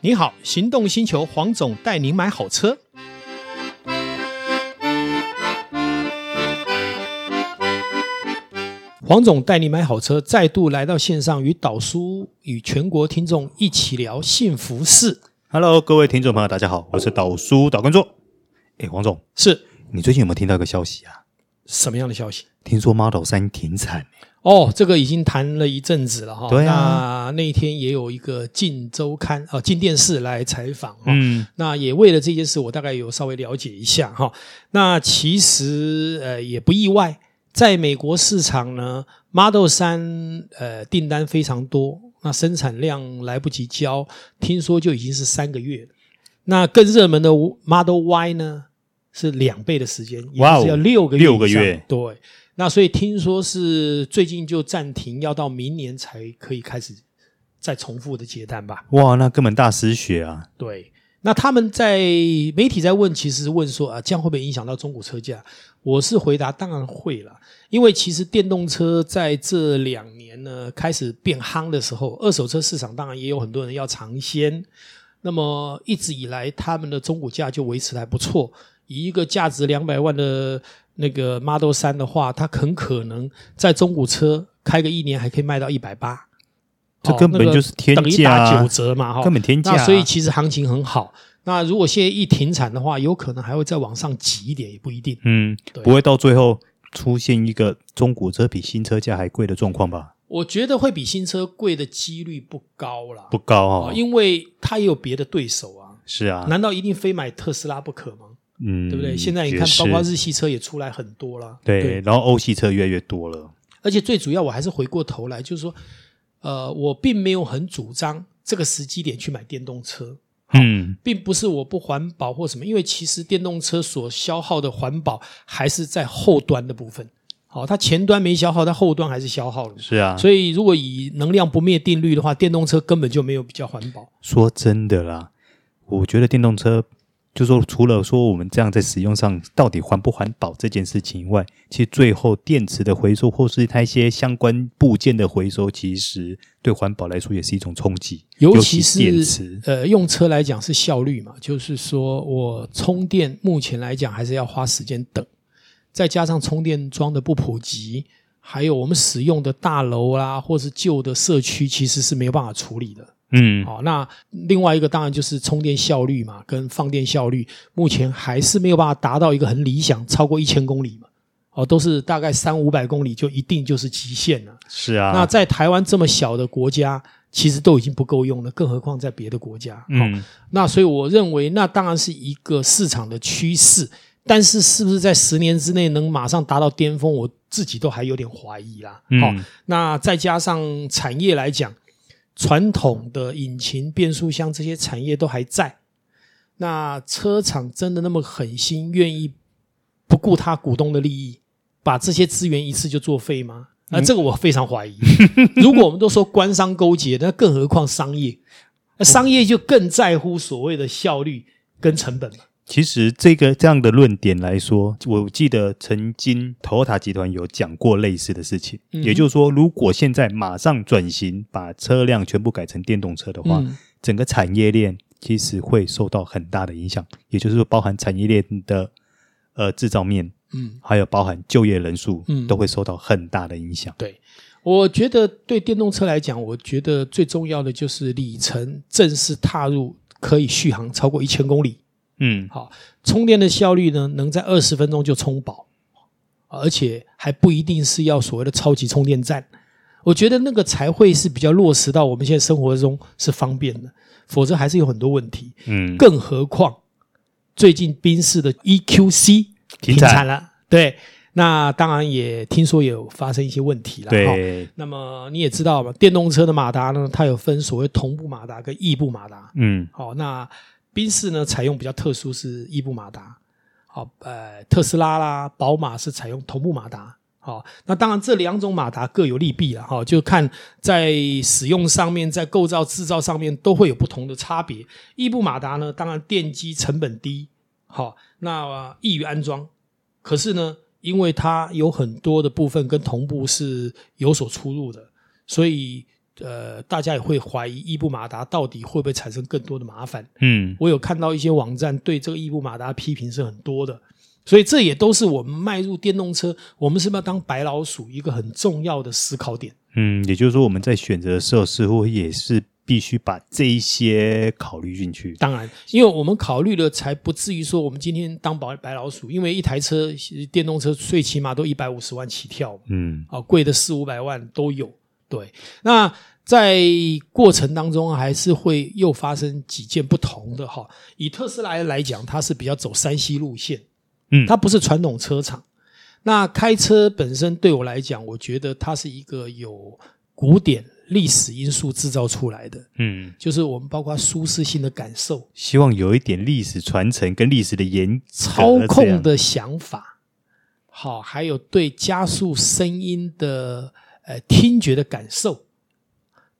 你好，行动星球黄总带您买好车。黄总带你买好车，再度来到线上，与导叔与全国听众一起聊幸福事。 Hello，各位听众朋友，大家好，我是导叔导观众。哎，黄总，是你最近有没有听到一个消息啊？什么样的消息？听说 Model 三停产，哦，这个已经谈了一阵子了哈。对那啊那一天也有一个《镜周刊》啊，《镜电视》来采访哦哈。嗯，那也为了这件事，我大概有稍微了解一下哈。那其实呃也不意外，在美国市场呢，Model 三呃订单非常多，那生产量来不及交，听说就已经是三个月了。那更热门的 Model Y 呢是两倍的时间，也哇哦就是要六个月以上，六个月对。那所以听说是最近就暂停，要到明年才可以开始再重复的接单吧？哇，那根本大失血啊！对，那他们在媒体在问，其实问说啊，这样会不会影响到中古车价？我是回答，当然会了，因为其实电动车在这两年呢开始变夯的时候，二手车市场当然也有很多人要尝鲜。那么一直以来，他们的中古价就维持得还不错。以一个价值两百万的那个 Model 三的话，它很可能在中古车开个一年还可以卖到一百八，这哦根本那个就是天等于价打啊九折嘛，哈、根本天价啊、那所以其实行情很好。那如果现在一停产的话，有可能还会再往上挤一点，也不一定。嗯对，不会到最后出现一个中古车比新车价还贵的状况吧？我觉得会比新车贵的几率不高啦，不高啊哦，因为它也有别的对手啊。是啊，难道一定非买特斯拉不可吗？嗯，对不对？现在你也看，是包括日系车也出来很多啦。对，然后欧系车越来越多了，而且最主要，我还是回过头来，就是说，呃，我并没有很主张这个时机点去买电动车。嗯，并不是我不环保或什么，因为其实电动车所消耗的环保还是在后端的部分。好、它前端没消耗，它后端还是消耗了。是啊。所以，如果以能量不灭定律的话，电动车根本就没有比较环保。说真的啦，我觉得电动车，就说除了说我们这样在使用上到底环不环保这件事情以外，其实最后电池的回收或是它一些相关部件的回收，其实对环保来说也是一种冲击，尤其是电池。呃，用车来讲是效率嘛，就是说我充电目前来讲还是要花时间等，再加上充电桩的不普及，还有我们使用的大楼啦、或是旧的社区，其实是没有办法处理的。嗯，好、哦那另外一个当然就是充电效率嘛，跟放电效率，目前还是没有办法达到一个很理想，超过一千公里嘛。哦，都是大概三五百公里就一定就是极限了。是啊，那在台湾这么小的国家，其实都已经不够用了，更何况在别的国家。哦，嗯，那所以我认为，那当然是一个市场的趋势，但是是不是在十年之内能马上达到巅峰，我自己都还有点怀疑啦。哦嗯好、那再加上产业来讲，传统的引擎、变速箱这些产业都还在，那车厂真的那么狠心，愿意不顾他股东的利益，把这些资源一次就作废吗？那这个我非常怀疑。如果我们都说官商勾结，那更何况商业？那商业就更在乎所谓的效率跟成本嘛。其实这个这样的论点来说，我记得曾经 Toyota 集团有讲过类似的事情，嗯哼也就是说，如果现在马上转型，把车辆全部改成电动车的话，嗯整个产业链其实会受到很大的影响，也就是说，包含产业链的呃制造面，嗯，还有包含就业人数，嗯都会受到很大的影响。对，我觉得对电动车来讲，我觉得最重要的就是里程正式踏入可以续航超过一千公里。嗯，好，充电的效率呢，能在二十分钟就充饱，而且还不一定是要所谓的超级充电站。我觉得那个才会是比较落实到我们现在生活中是方便的，否则还是有很多问题。嗯，更何况最近宾士的 E EQC 停产了，对，那当然也听说有发生一些问题了。哈对，那么你也知道嘛，电动车的马达呢，它有分所谓同步马达跟异步马达。嗯好、那宾士呢采用比较特殊是异步马达，好、呃，特斯拉啦、宝马是采用同步马达。好、那当然这两种马达各有利弊了哈、就看在使用上面、在构造制造上面都会有不同的差别。异步马达呢，当然电机成本低，好、那、呃易于安装，可是呢，因为它有很多的部分跟同步是有所出入的，所以呃，大家也会怀疑伊布马达到底会不会产生更多的麻烦。嗯我有看到一些网站对这个伊布马达批评是很多的，所以这也都是我们迈入电动车，我们是不是要当白老鼠一个很重要的思考点？嗯，也就是说我们在选择的时候，似乎也是必须把这一些考虑进去。当然，因为我们考虑了，才不至于说我们今天当白白老鼠，因为一台车呃电动车最起码都一百五十万起跳嘛嗯啊，贵的四五百万都有。对，那在过程当中还是会又发生几件不同的哈。以特斯拉来讲，它是比较走山西路线，嗯它不是传统车厂。那开车本身对我来讲，我觉得它是一个有古典历史因素制造出来的，嗯，就是我们包括舒适性的感受、希望有一点历史传承跟历史的延操控的的想法，好，还有对加速声音的呃听觉的感受，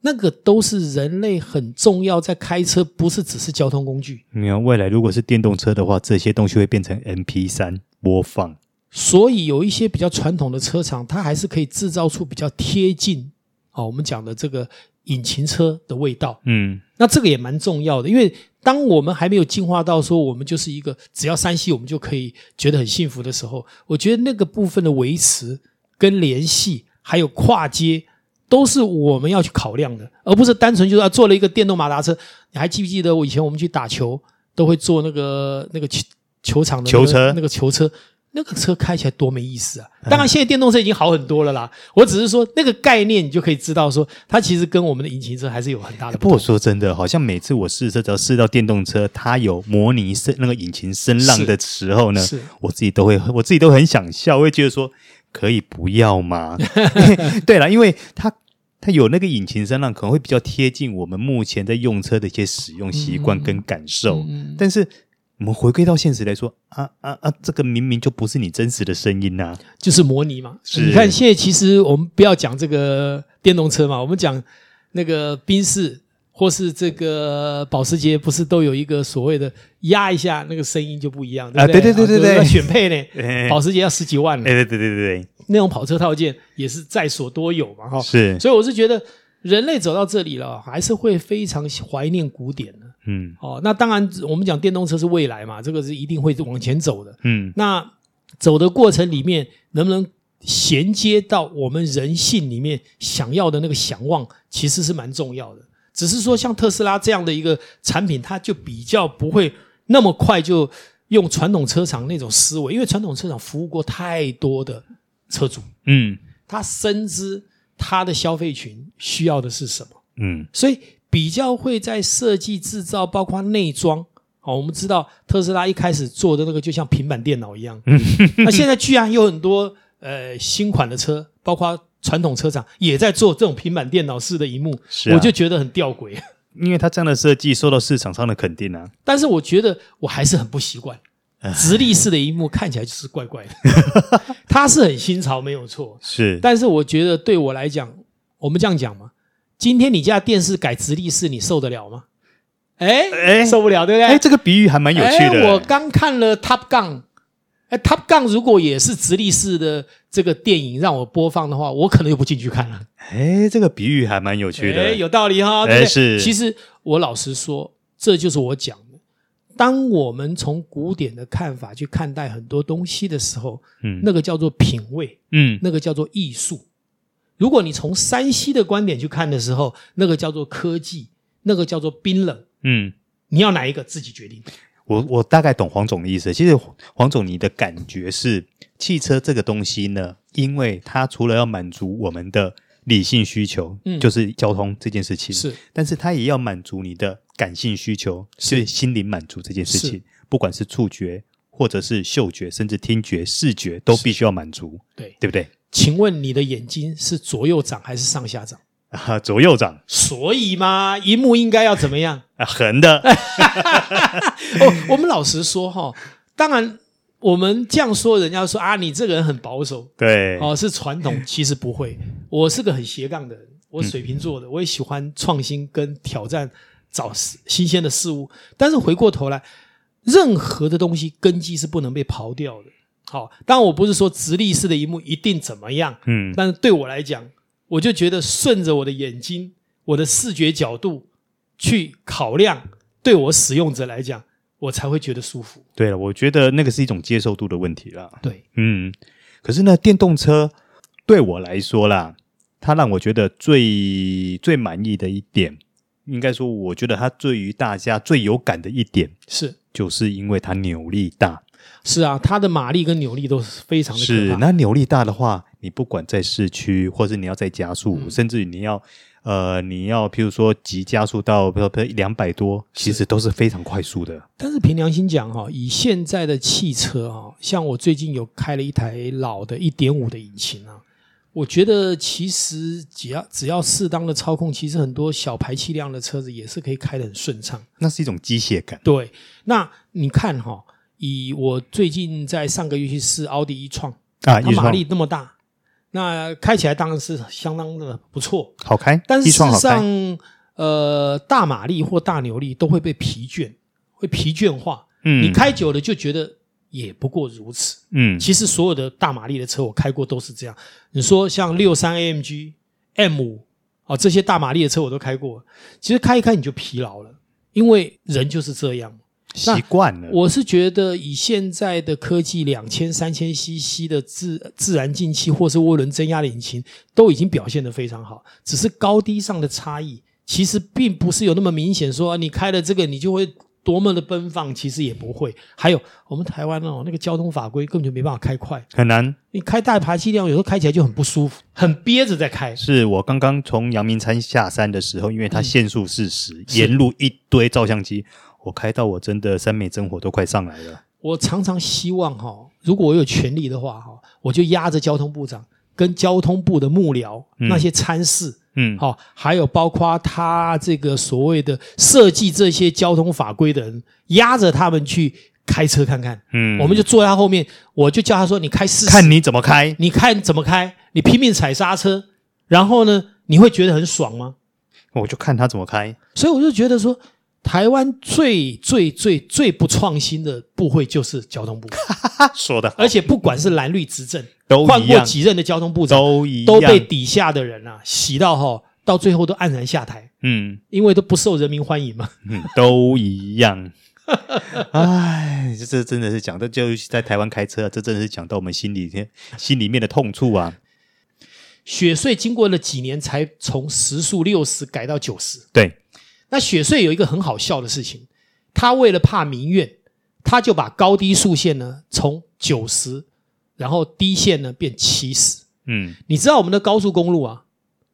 那个都是人类很重要，在开车不是只是交通工具。你看未来如果是电动车的话，这些东西会变成 MP 三播放。所以有一些比较传统的车厂，它还是可以制造出比较贴近哦，我们讲的这个引擎车的味道。嗯那这个也蛮重要的，因为当我们还没有进化到说我们就是一个只要山西我们就可以觉得很幸福的时候，我觉得那个部分的维持跟联系，还有跨接，都是我们要去考量的，而不是单纯就是啊做了一个电动马达车。你还记不记得我以前我们去打球都会坐那个那个球球场的、那个、球车嗯那个球车。那个车开起来多没意思啊！当然，现在电动车已经好很多了啦。我只是说那个概念，你就可以知道说，它其实跟我们的引擎车还是有很大的哎不不同过我。说真的，好像每次我试车，只要试到电动车，它有模拟声那个引擎声浪的时候呢是，我自己都会，我自己都很想笑，我会觉得说，可以不要吗？ 对了，因为它它有那个引擎声浪，可能会比较贴近我们目前在用车的一些使用习惯跟感受，嗯但是。我们回归到现实来说，啊啊啊，这个明明就不是你真实的声音啊 呐、就是模拟嘛。是你看现在其实我们不要讲这个电动车嘛，我们讲那个宾士或是这个保时捷，不是都有一个所谓的压一下那个声音就不一样，对啊不对？对对对对对要选配呢， 哎保时捷要十几万呢，哎，对对对对对，那种跑车套件也是在所多有嘛，哈。是，所以我是觉得人类走到这里了，还是会非常怀念古典的。嗯哦，那当然，我们讲电动车是未来嘛，这个是一定会往前走的。嗯那走的过程里面，能不能衔接到我们人性里面想要的那个想望，其实是蛮重要的。只是说，像特斯拉这样的一个产品，它就比较不会那么快就用传统车厂那种思维，因为传统车厂服务过太多的车主，嗯他深知他的消费群需要的是什么。嗯所以比较会在设计、制造，包括内装。哦，我们知道特斯拉一开始做的那个就像平板电脑一 样，那现在居然有很多呃新款的车，包括传统车厂也在做这种平板电脑式的荧幕，是啊我就觉得很吊诡。因为它这样的设计受到市场上的肯定啊，但是我觉得我还是很不习 惯，直立式的荧幕看起来就是怪怪的， 它是很新潮没有错，是，但是我觉得对我来讲，我们这样讲嘛，今天你家电视改直立式，你受得了吗？哎哎受不了，对不对？哎，这个比喻还蛮有趣的。哎我刚看了 Top Gun，哎，Top Gun 如果也是直立式的这个电影让我播放的话，我可能又不进去看了。哎，这个比喻还蛮有趣的。哎，有道理哈、哎对不对是其实我老实说，这就是我讲的。当我们从古典的看法去看待很多东西的时候，嗯那个叫做品味。嗯那个叫做艺术。如果你从山西的观点去看的时候，那个叫做科技，那个叫做冰冷。嗯，你要哪一个自己决定。我我大概懂黄总的意思。其实黄总你的感觉是，汽车这个东西呢，因为它除了要满足我们的理性需求，嗯就是交通这件事情，是但是它也要满足你的感性需求，是是心灵满足这件事情是，不管是触觉或者是嗅觉，甚至听觉、视觉，都必须要满足，对，对不对？请问你的眼睛是左右长还是上下长？啊， 左右长所以嘛，荧幕应该要怎么样？啊，横的，哦，我们老实说哈、当然我们这样说，人家说啊，你这个人很保守对，哦，是传统，其实不会。我是个很斜杠的人，嗯我水瓶座的，我也喜欢创新跟挑战，找新鲜的事物。但是回过头来，任何的东西根基是不能被刨掉的。好，当然我不是说直立式的一幕一定怎么样，嗯但是对我来讲，我就觉得顺着我的眼睛，我的视觉角度去考量，对我使用者来讲，我才会觉得舒服。对了，我觉得那个是一种接受度的问题啦。对，嗯，可是呢，电动车对我来说啦，它让我觉得最最满意的一点，应该说，我觉得它对于大家最有感的一点，是就是因为它扭力大。是啊，它的马力跟扭力都是非常的是，可怕。那扭力大的话，你不管在市区，或是你要在加速，甚至于你要呃，你要譬如说急加速到不不两百多，其实都是非常快速的。但是凭良心讲哈、以现在的汽车哈、像我最近有开了一台老的1.5的引擎啊，我觉得其实只要只要适当的操控，其实很多小排气量的车子也是可以开得很顺畅。那是一种机械感。对，那你看哈、以我最近在上个月去试奥迪一创，它啊，一马创力那么大，那开起来当然是相当的不错。好开，但是一事创实好开，上，呃，大马力或大扭力都会被疲倦，会疲倦化。嗯，你开久了就觉得也不过如此。嗯，其实所有的大马力的车我开过都是这样。你说像六三 AMG、M 五哦这些大马力的车我都开过，其实开一开你就疲劳了，因为人就是这样。那习惯了。我是觉得以现在的科技，两千、三千 CC 的自自然进气或是涡轮增压的引擎，都已经表现得非常好，只是高低上的差异，其实并不是有那么明显说。啊你开了这个，你就会多么的奔放，其实也不会。还有我们台湾哦，那个交通法规根本就没办法开快，很难，你开大排气量，有时候开起来就很不舒服，很憋着在开。是我刚刚从阳明山下山的时候，因为它限速四十，沿路一堆照相机，我开到我真的三昧真火都快上来了。我常常希望哈、如果我有权利的话哈、我就压着交通部长跟交通部的幕僚、那些参事，嗯，好、还有包括他这个所谓的设计这些交通法规的人，压着他们去开车看看。嗯我们就坐在他后面，我就叫他说：“你开四十，看你怎么开。你看怎么开，你拼命踩刹车，然后呢，你会觉得很爽吗我就看他怎么开。？”所以我就觉得说，台湾最最最最不创新的部会就是交通 部，他说的而且不管是蓝绿执政，啊都换一过样，几任的交通部长，都一样，都被底下的人啊洗到哈、到最后都黯然下台，嗯因为都不受人民欢迎嘛。嗯都一 样。哎，这这真的是讲到，就是在台湾开车啊，这真的是讲到我们心里面心里面的痛处啊。雪隧经过了几年才从时速六十改到九十。对，那雪隧有一个很好笑的事情，他为了怕民怨，他就把高低速线呢从九十，然后低线呢变七十。嗯你知道我们的高速公路啊，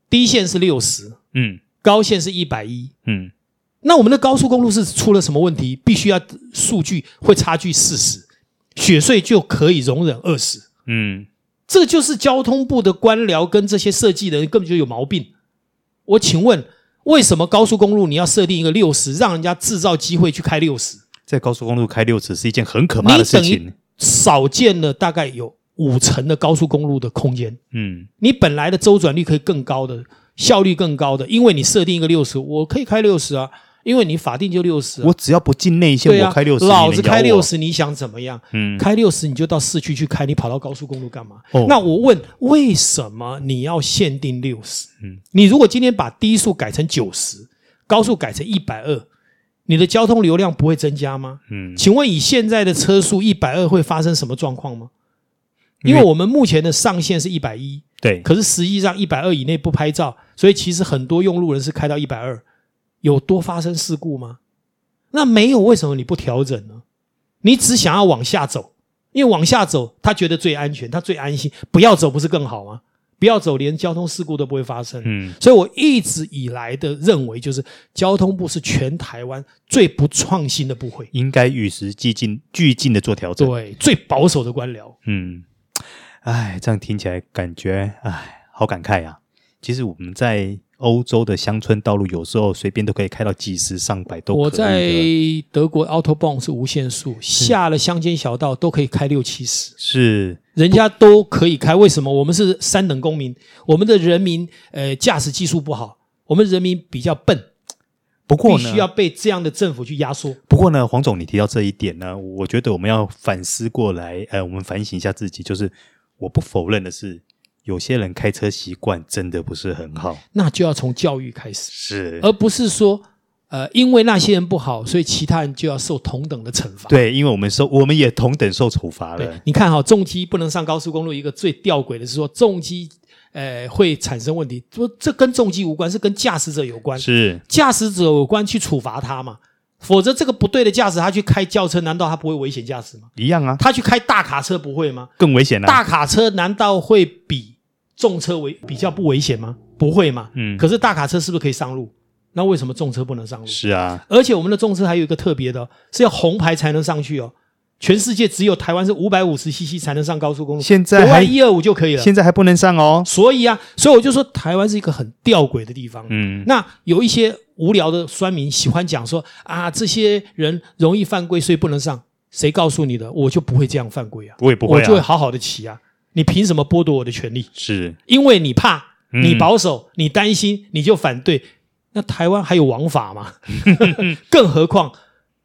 低线是六十，嗯高线是一百一。嗯，那我们的高速公路是出了什么问题？必须要数据会差距四十，雪隧就可以容忍二十。嗯，这个就是交通部的官僚跟这些设计人根本就有毛病。我请问，为什么高速公路你要设定一个六十，让人家制造机会去开六十？在高速公路开六十是一件很可怕你的事等于情。少见了大概有五成的高速公路的空间，嗯，你本来的周转率可以更高的，效率更高的，因为你设定一个六十，我可以开六十啊，因为你法定就六十、啊。我只要不进内线，对啊我开六，十，老子开你能咬六我，十，你想怎么样？嗯，开六十你就到市区去开，你跑到高速公路干嘛？哦那我问，为什么你要限定六十？嗯你如果今天把低速改成九十，高速改成一百二，你的交通流量不会增加吗？嗯，请问以现在的车速一百二会发生什么状况吗？因因为为我们目前的上限是一百一，对，可是实际上一百二以内不拍照，所以其实很多用路人是开到一百二，有多发生事故吗？那没有，为什么你不调整呢？你只想要往下走，因为往下走他觉得最安全，他最安心，不要走不是更好吗？不要走，连交通事故都不会发生。嗯所以我一直以来的认为，就是交通部是全台湾最不创新的部会，应该与时俱进，俱进的做调整。对，最保守的官僚。嗯，哎，这样听起来感觉哎，好感慨啊。其实我们在欧洲的乡村道路，有时候随便都可以开到几十上百都可以的我在德国 autobahn 是无限速，下了乡间小道都可以开六七十。是人家都可以开，为什么我们是三等公民？我们的人民呃驾驶技术不好，我们人民比较笨，不过必呢须，要被这样的政府去压缩。不过呢，黄总，你提到这一点呢，我觉得我们要反思过来，呃，我们反省一下自己，就是我不否认的是，有些人开车习惯真的不是很好，那就要从教育开始，是而不嗯是说呃，因为那些人不好，所以其他人就要受同等的惩罚。对，因为我们受我们也同等受处罚对了，，你看哈、重机不能上高速公路，一个最吊诡的是说重机呃会产生问题，说这跟重机无关，是跟驾驶者有关，是驾驶者有关去处罚他嘛。否则，这个不对的驾驶，他去开轿车，难道他不会危险驾驶吗？一样啊，他去开大卡车不会吗？更危险啊。大卡车难道会比重车危比较不危险吗？不会嘛。嗯，可是大卡车是不是可以上路？那为什么重车不能上路？是啊，而且我们的重车还有一个特别的哦、是要红牌才能上去哦。全世界只有台湾是五百五十 CC 才能上高速公路，现在国外还一二五就可以了。现在还不能上哦。所以啊，所以我就说台湾是一个很吊诡的地方。嗯，那有一些无聊的酸民喜欢讲说啊，这些人容易犯规，所以不能上。谁告诉你的？我就不会这样犯规啊，我也不会我就会啊，好好的骑啊。你凭什么剥夺我的权利？是因为你怕，嗯你保守，你担心，你就反对。那台湾还有王法 吗？更何况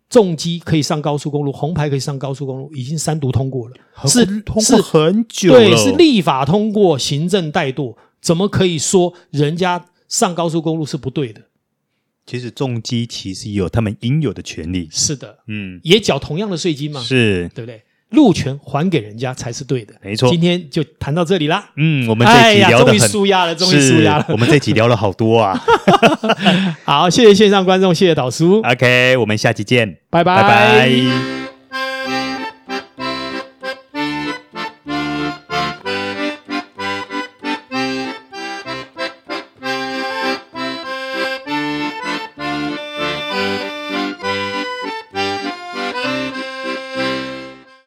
重机可以上高速公路，红牌可以上高速公路，已经三读通过了，是通过是很久了，对，是立法通过，行政怠惰，怎么可以说人家上高速公路是不对的？其实重机其实也有他们应有的权利。是的，嗯，也缴同样的税金嘛，是，对不对？路权还给人家才是对的，没错今天就谈到这里啦。嗯，我们这哎一集呀，聊的终于很，舒压了，终于舒压了。是 我们这一集聊了好多啊。好，谢谢线上观众，谢谢导叔， OK，我们下期见，拜啊拜拜